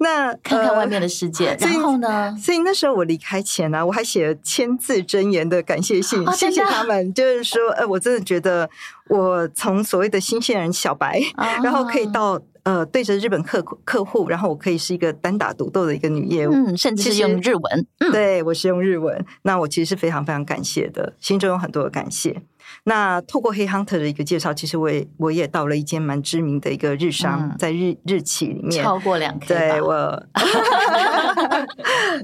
Speaker 2: 那
Speaker 1: 看看外面
Speaker 2: 的。
Speaker 1: 的世界。
Speaker 2: 所以
Speaker 1: 然后呢？
Speaker 2: 所以那时候我离开前呢、啊，我还写了千字真言的感谢信，
Speaker 1: 哦
Speaker 2: 谢
Speaker 1: 真的
Speaker 2: 谢他们。就是说，呃，我真的觉得我从所谓的新鲜人小白，然后可以
Speaker 1: 啊
Speaker 2: 到呃对着日本客客户，然后我可以是一个单打独斗的一个女业务。
Speaker 1: 嗯，甚至
Speaker 2: 其
Speaker 1: 是
Speaker 2: 实
Speaker 1: 用日文，嗯，
Speaker 2: 对我是用日文，那我其实是非常非常感谢的，心中有很多的感谢。那透过黑 hunter 的一个介绍，其实我也我也到了一间蛮知名的一个日商，
Speaker 1: 嗯
Speaker 2: 在日日企里面，
Speaker 1: 超过两 K
Speaker 2: 对
Speaker 1: 吧。
Speaker 2: 我， *laughs*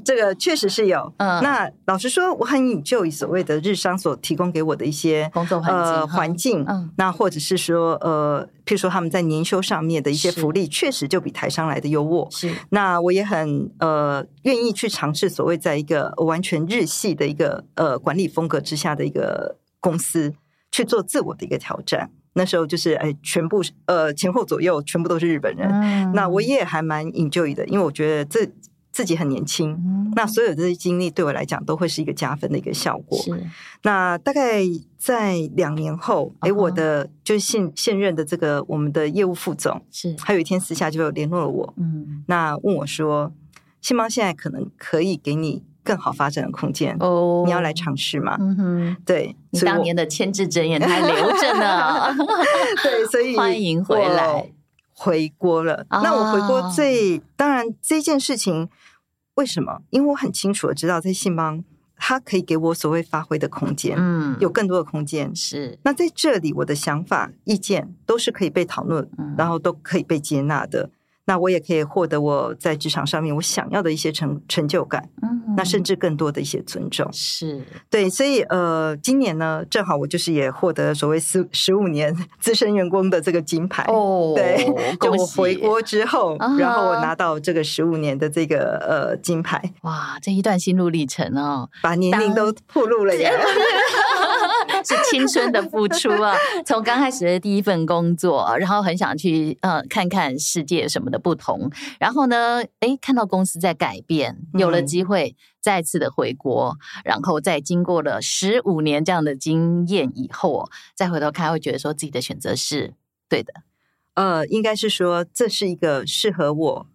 Speaker 2: 这个确实是有。
Speaker 1: 嗯
Speaker 2: 那老实说，我很 enjoy 所谓的日商所提供给我的一些
Speaker 1: 工作环境哈
Speaker 2: 呃环境，
Speaker 1: 嗯
Speaker 2: 那或者是说呃，譬如说他们在年休上面的一些
Speaker 1: 是
Speaker 2: 福利，确实就比台商来的优渥。
Speaker 1: 是
Speaker 2: 那我也很呃愿意去尝试所谓在一个完全日系的一个呃管理风格之下的一个公司去做自我的一个挑战。那时候就是哎，全部是呃前后左右全部都是日本人，
Speaker 1: 嗯
Speaker 2: 那我也还蛮 enjoy 的，因为我觉得这自己很年轻。
Speaker 1: 嗯
Speaker 2: 那所有的这些经历对我来讲都会是一个加分的一个效果。
Speaker 1: 是
Speaker 2: 那大概在两年后，
Speaker 1: 啊
Speaker 2: 哎、
Speaker 1: 哈
Speaker 2: 我的就是现现任的这个我们的业务副总，
Speaker 1: 是，
Speaker 2: 他有一天私下就有联络了我，
Speaker 1: 嗯，
Speaker 2: 那问我说：“信邦现在可能可以给你更好发展的空间，
Speaker 1: 哦
Speaker 2: 你要来，尝试吗？”
Speaker 1: 嗯哼，
Speaker 2: 对，
Speaker 1: 你
Speaker 2: 所以
Speaker 1: 当
Speaker 2: 我
Speaker 1: 年的千字真言还留着呢，
Speaker 2: *laughs* 对，所
Speaker 1: *laughs*
Speaker 2: 以
Speaker 1: 欢迎回来。
Speaker 2: 回国了。那我回国
Speaker 1: 啊
Speaker 2: 最当然这件事情，为什么？因为我很清楚的知道，在信邦它可以给我所谓发挥的空间，
Speaker 1: 嗯，
Speaker 2: 有更多的空间。
Speaker 1: 是，
Speaker 2: 那在这里，我的想法、意见都是可以被讨论，
Speaker 1: 嗯
Speaker 2: 然后都可以被接纳的。那我也可以获得我在职场上面我想要的一些成成就感，
Speaker 1: 嗯
Speaker 2: 那甚至更多的一些尊重。
Speaker 1: 是
Speaker 2: 对，所以呃，今年呢，正好我就是也获得所谓十十五年 *laughs* 资深员工的这个金牌
Speaker 1: 哦
Speaker 2: 对，就
Speaker 1: 恭
Speaker 2: 我回
Speaker 1: 喜
Speaker 2: 国之后
Speaker 1: 啊，
Speaker 2: 然后我拿到这个十五年的这个呃金牌，
Speaker 1: 哇，这一段心路历程哦，
Speaker 2: 把年龄都暴露了耶。
Speaker 1: 哎是青春的付出啊！ *laughs* 从刚开始的第一份工作，然后很想去呃看看世界什么的不同，然后呢，诶，看到公司在改变，有了
Speaker 2: 嗯
Speaker 1: 机会再次的回国，然后再经过了十五年这样的经验以后哦，再回头看，会觉得说自己的选择是对的，
Speaker 2: 呃，应该是说这是一个适合我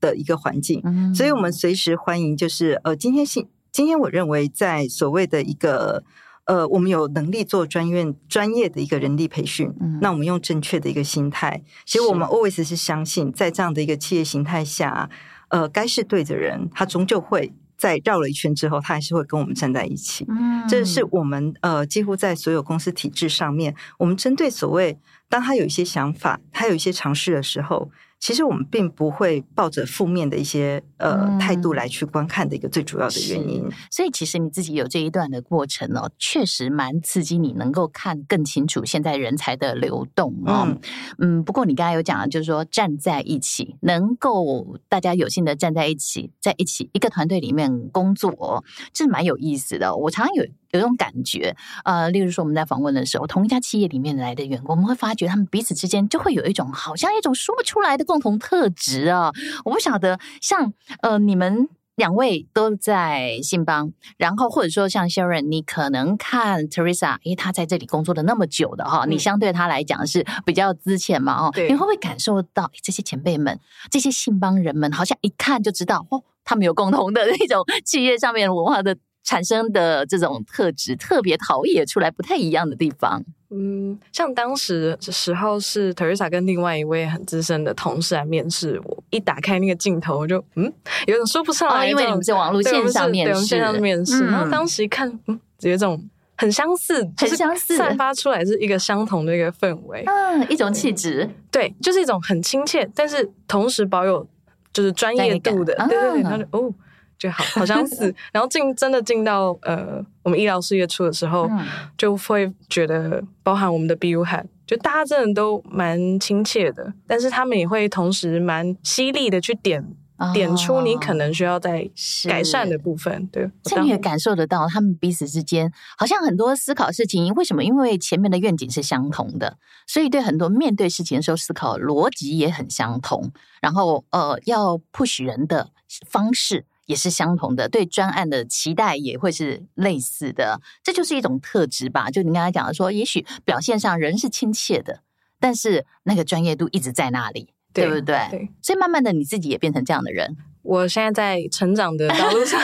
Speaker 2: 的一个环境，
Speaker 1: 嗯
Speaker 2: 所以我们随时欢迎，就是呃，今天是今天我认为在所谓的一个。呃，我们有能力做专业专业的一个人力培训，
Speaker 1: 嗯
Speaker 2: 那我们用正确的一个心态，其实
Speaker 1: 是
Speaker 2: 我们 always 是相信，在这样的一个企业形态下，呃，该是对的人，他终究会在绕了一圈之后，他还是会跟我们站在一起。
Speaker 1: 嗯
Speaker 2: 这是我们呃几乎在所有公司体制上面，我们针对所谓当他有一些想法，他有一些尝试的时候，其实我们并不会抱着负面的一些呃
Speaker 1: 嗯
Speaker 2: 态度来去观看的一个最主要的原因。
Speaker 1: 所以其实你自己有这一段的过程哦，确实蛮刺激，你能够看更清楚现在人才的流动哦。
Speaker 2: 嗯
Speaker 1: 嗯不过你刚才有讲了，就是说站在一起，能够大家有幸的站在一起，在一起一个团队里面工作、哦，这蛮有意思的哦、我常常有有一种感觉，呃，例如说我们在访问的时候，同一家企业里面来的员工，我们会发觉他们彼此之间就会有一种好像一种说不出来的共同特质啊、我不晓得，像呃，你们两位都在信邦，然后或者说像 Sharon，你可能看 Teresa，因为她在这里工作的那么久的哈，
Speaker 3: 嗯
Speaker 1: 你相对她来讲是比较资浅嘛哦，
Speaker 3: 对
Speaker 1: 你会不会感受到诶这些前辈们、这些信邦人们，好像一看就知道哦，他们有共同的那种企业上面文化的。产生的这种特质特别陶冶出来不太一样的地方，
Speaker 3: 嗯，像当时的时候是 Teresa 跟另外一位很资深的同事来面试我，一打开那个镜头我就嗯，有点说不上来
Speaker 1: 哦，
Speaker 3: 这种，
Speaker 1: 因为你们是网络
Speaker 3: 对我
Speaker 1: 线
Speaker 3: 们
Speaker 1: 上
Speaker 3: 是
Speaker 1: 面
Speaker 3: 对我
Speaker 1: 试，
Speaker 3: 们线上面试，然后
Speaker 1: 嗯
Speaker 3: 当时一看，嗯，有一种很相似，就
Speaker 1: 很
Speaker 3: 是
Speaker 1: 相似
Speaker 3: 散发出来是一个相同的一个氛围，
Speaker 1: 嗯，一种气质，
Speaker 3: 对，就是一种很亲切，但是同时保有就是专业度的，
Speaker 1: 专业感
Speaker 3: 对对对，
Speaker 1: 啊
Speaker 3: 他就哦。就好，好像
Speaker 1: *laughs*
Speaker 3: 是，然后进真的进到呃，我们医疗事业处的时候，
Speaker 1: 嗯
Speaker 3: 就会觉得包含我们的 BU 汉，就大家真的都蛮亲切的，但是他们也会同时蛮犀利的去点
Speaker 1: 嗯哦
Speaker 3: 点出你可能需要在改善的部分。对，
Speaker 1: 所以你也感受得到，他们彼此之间好像很多思考事情，为什么？因为前面的愿景是相同的，所以对很多面对事情的时候思考逻辑也很相同。然后呃，要 push 人的方式。也是相同的，对专案的期待也会是类似的，这就是一种特质吧。就你刚才讲的说，也许表现上人是亲切的，但是那个专业度一直在那里，对不对？
Speaker 3: 对。
Speaker 1: 所以慢慢的，你自己也变成这样的人。
Speaker 3: 我现在在成长
Speaker 1: *laughs*
Speaker 3: 的道路上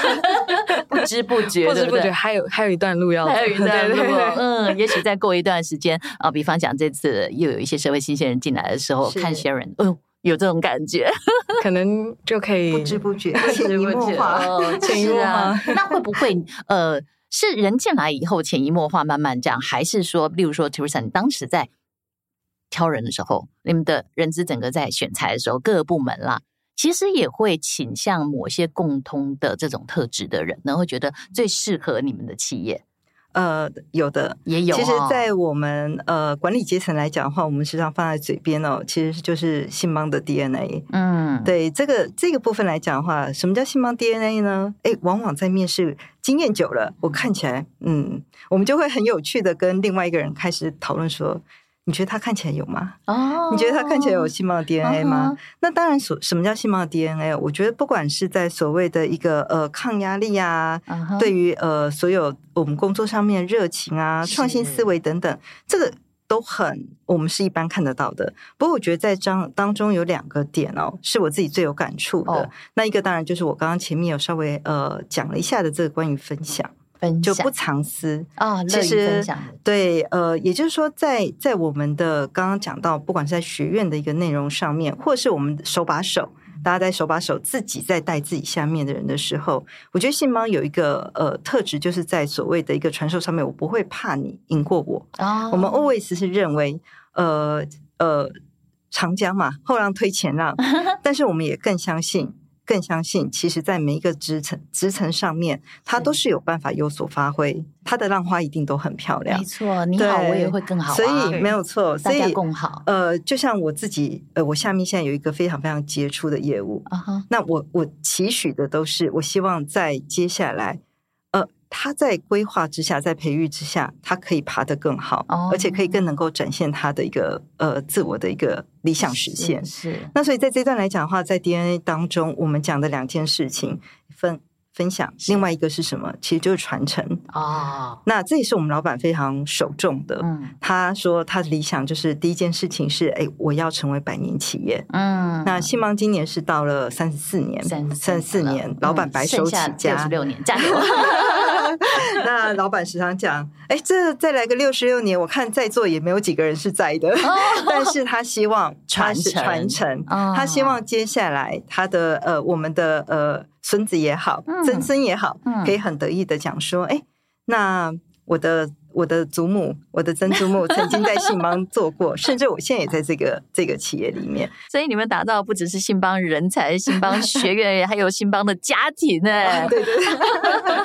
Speaker 1: 不知不觉，
Speaker 3: 不知不
Speaker 1: 对
Speaker 3: 觉还有还有一段路要走，
Speaker 1: 还有一段路，
Speaker 3: 对对对
Speaker 1: 嗯，也许再过一段时间啊，比方讲这次又有一些社会新鲜人进来的时候，
Speaker 2: 是
Speaker 1: 看 Sharon，嗯，有这种感觉。 *laughs*
Speaker 3: 可能就可以
Speaker 2: 不知不觉，潜移默化。
Speaker 1: 哦，
Speaker 3: 潜移
Speaker 1: 是
Speaker 3: 默
Speaker 1: 啊。那会不会呃，是人进来以后潜移默化慢慢这样，还是说，例如说 Teresa，你当时在挑人的时候，你们的人资整个在选材的时候，各个部门啦。其实也会倾向某些共通的这种特质的人，然后觉得最适合你们的企业
Speaker 2: 呃，有的。
Speaker 1: 也有、哦。
Speaker 2: 其实，在我们呃管理阶层来讲的话，我们时常放在嘴边哦，其实就是信邦的 DNA。
Speaker 1: 嗯，
Speaker 2: 对这个这个部分来讲的话，什么叫信邦 DNA 呢？哎，往往在面试经验久了，我看起来，嗯，我们就会很有趣的跟另外一个人开始讨论说，你觉得他看起来有吗？
Speaker 1: 哦，
Speaker 2: 你觉得他看起来有信邦的 DNA
Speaker 1: 嗯
Speaker 2: 吗？
Speaker 1: 哼
Speaker 2: 那当然所，什么叫信邦的 DNA？我觉得不管是在所谓的一个呃抗压力啊，
Speaker 1: 嗯哼
Speaker 2: 对于呃所有我们工作上面的热情啊、
Speaker 1: 是
Speaker 2: 创新思维等等，这个都很我们是一般看得到的。不过我觉得在当当中有两个点哦，是我自己最有感触的。
Speaker 1: 哦
Speaker 2: 那一个当然就是我刚刚前面有稍微呃讲了一下的这个关于分享，
Speaker 1: 分
Speaker 2: 就
Speaker 1: 享
Speaker 2: 不藏私。
Speaker 1: 啊，
Speaker 2: 其
Speaker 1: 乐于分
Speaker 2: 实
Speaker 1: 享的
Speaker 2: 对，呃，也就是说在，在我们的刚刚讲到，不管是在学院的一个内容上面，或是我们手把手，大家在手把手自己在带自己下面的人的时候，我觉得信邦有一个呃特质，就是在所谓的一个传授上面，我不会怕你赢过我，
Speaker 1: 啊，
Speaker 2: 我们 always 是认为，呃呃，长江嘛，后浪推前浪，但是我们也更相信，更相信，其实在每一个职层职层上面，它
Speaker 1: 是
Speaker 2: 都是有办法有所发挥，它的浪花一定都很漂亮
Speaker 1: 没。错，你好，我也
Speaker 2: 对
Speaker 1: 会更好、啊，
Speaker 2: 所以没有错，
Speaker 1: 大
Speaker 2: 所
Speaker 1: 家
Speaker 2: 以
Speaker 1: 共好
Speaker 2: 呃，就像我自己，呃，我下面现在有一个非常非常杰出的业务，
Speaker 1: 啊哈，
Speaker 2: 那我我期许的都是，我希望在接下来，呃，他在规划之下，在培育之下，他可以爬得更好，
Speaker 1: 哦
Speaker 2: 而且可以更能够展现他的一个呃自我的一个理想实现。
Speaker 1: 是
Speaker 2: 那所以在这段来讲的话，在 DNA 当中，我们讲的两件事情分分享，另外一个是什么？其实就是传承。
Speaker 1: 哦，
Speaker 2: 那这也是我们老板非常首重的。
Speaker 1: 嗯
Speaker 2: 他说他的理想就是第一件事情是，哎，我要成为百年企业。
Speaker 1: 嗯，
Speaker 2: 那信邦今年是到了三十四年，嗯
Speaker 1: 三
Speaker 2: 四年，老板白手起
Speaker 1: 嗯六十
Speaker 2: 家。
Speaker 1: 六年，加
Speaker 2: *laughs*
Speaker 1: 油！
Speaker 2: 那老板时常讲，哎，这再来个六十六年，我看在座也没有几个人是在的。 *laughs*
Speaker 1: 哦
Speaker 2: 但是他希望他是
Speaker 1: 传承
Speaker 2: 哦传承，
Speaker 1: 哦
Speaker 2: 他希望接下来他的呃，我们的呃孙子也好
Speaker 1: 嗯，
Speaker 2: 曾孙也好
Speaker 1: 嗯，
Speaker 2: 可以很得意的讲说，哎，那我的。我的祖母，我的曾祖
Speaker 1: *laughs*
Speaker 2: 母曾经在信邦做过，甚至我现在也在这个这个企业
Speaker 1: *laughs*
Speaker 2: 里面。
Speaker 1: 所以你们打造不只是信邦人才、信邦学院，还有信邦的家庭呢。
Speaker 2: 啊对对对。
Speaker 1: *laughs*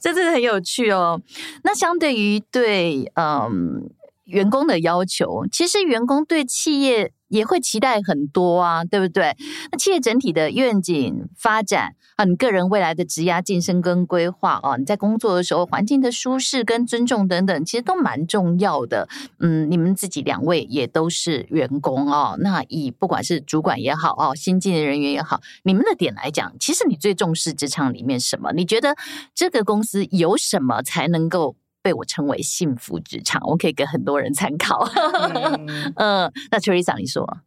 Speaker 1: 这真的很有趣哦。那相对于对嗯员工的要求，其实员工对企业也会期待很多啊，对不对？那企业整体的愿景发展啊，你个人未来的职涯晋升跟规划啊，你在工作的时候环境的舒适跟尊重等等，其实都蛮重要的。嗯，你们自己两位也都是员工哦，那以不管是主管也好哦，新进的人员也好，你们的点来讲，其实你最重视职场里面什么？你觉得这个公司有什么才能够被我称为幸福职场？我可以给很多人参考。 *laughs*
Speaker 2: 嗯
Speaker 1: 嗯，那 Teresa 你说，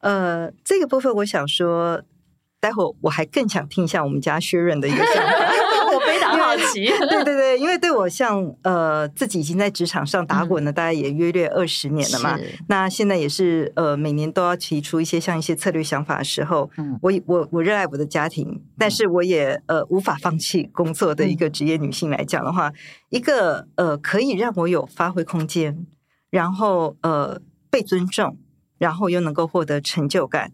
Speaker 2: 呃，这个部分我想说，待会儿我还更想听一下我们家薛润的一个想法。
Speaker 1: *laughs* 我非常好 *laughs* 奇。
Speaker 2: 对对对，因为 *laughs* 对我像呃自己已经在职场上打滚了，大概也约略二十年了嘛。
Speaker 1: 是
Speaker 2: 那现在也是呃每年都要提出一些像一些策略想法的时候，
Speaker 1: 嗯
Speaker 2: 我我我热爱我的家庭，但是我也呃无法放弃工作的一个职业女性来讲的话，一个呃可以让我有发挥空间，然后呃被尊重，然后又能够获得成就感，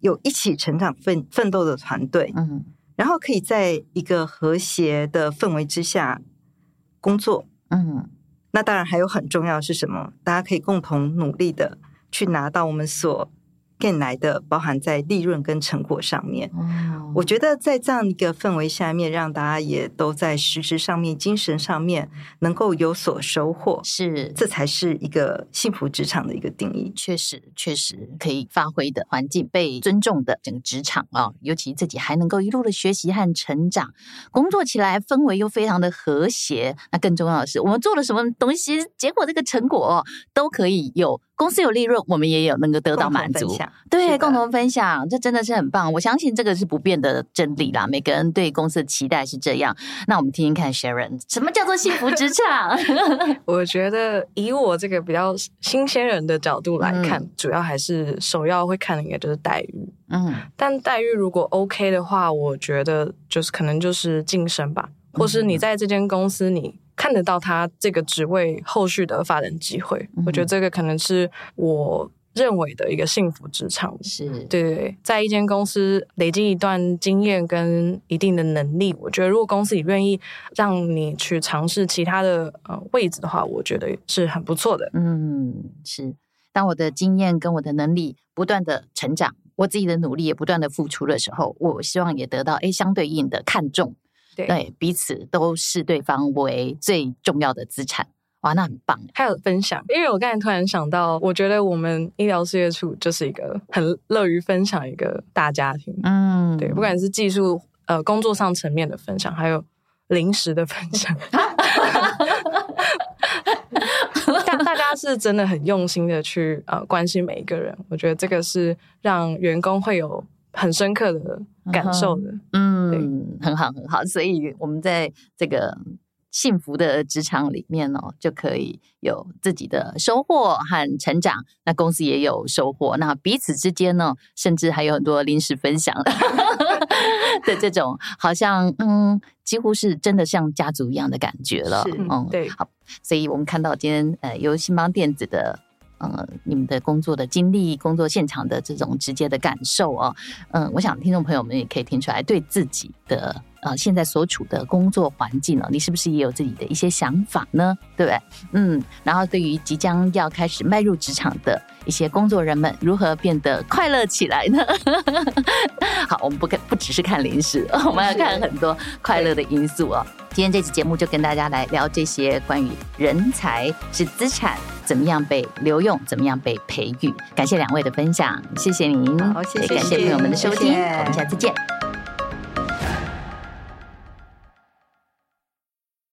Speaker 2: 有一起成长奋奋斗的团队，
Speaker 1: 嗯
Speaker 2: 然后可以在一个和谐的氛围之下工作。
Speaker 1: 嗯
Speaker 2: 那当然还有很重要的是什么？大家可以共同努力的去拿到我们所更来的包含在利润跟成果上面。
Speaker 1: 哦
Speaker 2: 我觉得在这样一个氛围下面，让大家也都在实质上面、精神上面能够有所收获，
Speaker 1: 是
Speaker 2: 这才是一个幸福职场的一个定义。
Speaker 1: 确实确实可以发挥的环境，被尊重的整个职场啊、尤其自己还能够一路的学习和成长，工作起来氛围又非常的和谐。那更重要的是，我们做了什么东西，结果这个成果、都可以有公司有利润，我们也有能够得到
Speaker 2: 共同
Speaker 1: 满
Speaker 2: 分
Speaker 1: 足。
Speaker 2: 享
Speaker 1: 对，
Speaker 2: 是的
Speaker 1: 共同分享，这真的是很棒。我相信这个是不变的真理啦，每个人对公司的期待是这样。那我们听听看，Sharon，什么叫做幸福职场？ *laughs*
Speaker 2: 嗯
Speaker 3: 我觉得以我这个比较新鲜人的角度来看，主要还是首要会看的应该就是待遇。
Speaker 1: 嗯，
Speaker 3: 但待遇如果 OK 的话，我觉得就是可能就是晋升吧，
Speaker 1: 嗯
Speaker 3: 或是你在这间公司你看得到他这个职位后续的发展机会，
Speaker 1: 嗯
Speaker 3: 我觉得这个可能是我认为的一个幸福职场。
Speaker 1: 是，
Speaker 3: 对对对，在一间公司累积一段经验跟一定的能力，我觉得如果公司也愿意让你去尝试其他的呃位置的话，我觉得是很不错的。
Speaker 1: 嗯，是。当我的经验跟我的能力不断的成长，我自己的努力也不断的付出的时候，我希望也得到诶相对应的看重，
Speaker 3: 对
Speaker 1: 对彼此都视对方为最重要的资产。哇，那很棒诶
Speaker 3: 还有分享，因为我刚才突然想到，我觉得我们医疗事业处就是一个很乐于分享一个大家庭，
Speaker 1: 嗯，
Speaker 3: 对，不管是技术呃工作上层面的分享，还有零食的分享， *laughs* 大大家是真的很用心的去呃关心每一个人，我觉得这个是让员工会有很深刻的感受的。
Speaker 1: 嗯，很好很好，所以我们在这个幸福的职场里面哦，就可以有自己的收获和成长，那公司也有收获，那彼此之间呢，甚至还有很多临时分享 *laughs* 的这种，好像嗯，几乎是真的像家族一样的感觉了，
Speaker 2: 是
Speaker 1: 嗯，
Speaker 3: 对
Speaker 1: 好，所以我们看到今天呃，由新邦电子的。呃，你们的工作的经历、工作现场的这种直接的感受哦，嗯，我想听众朋友们也可以听出来，对自己的呃现在所处的工作环境哦，你是不是也有自己的一些想法呢？对不对？嗯，然后对于即将要开始迈入职场的一些工作人们，如何变得快乐起来呢？ *laughs* 好，我们不看不只是看零食，我们要看很多快乐的因素哦。今天这期节目就跟大家来聊这些关于人才是资产怎么样被留用，怎么样被培育。感谢两位的分享，谢谢您，
Speaker 2: 好谢
Speaker 1: 也
Speaker 2: 谢
Speaker 1: 感谢朋友们的收听，
Speaker 2: 谢谢
Speaker 1: 我们下次见，拜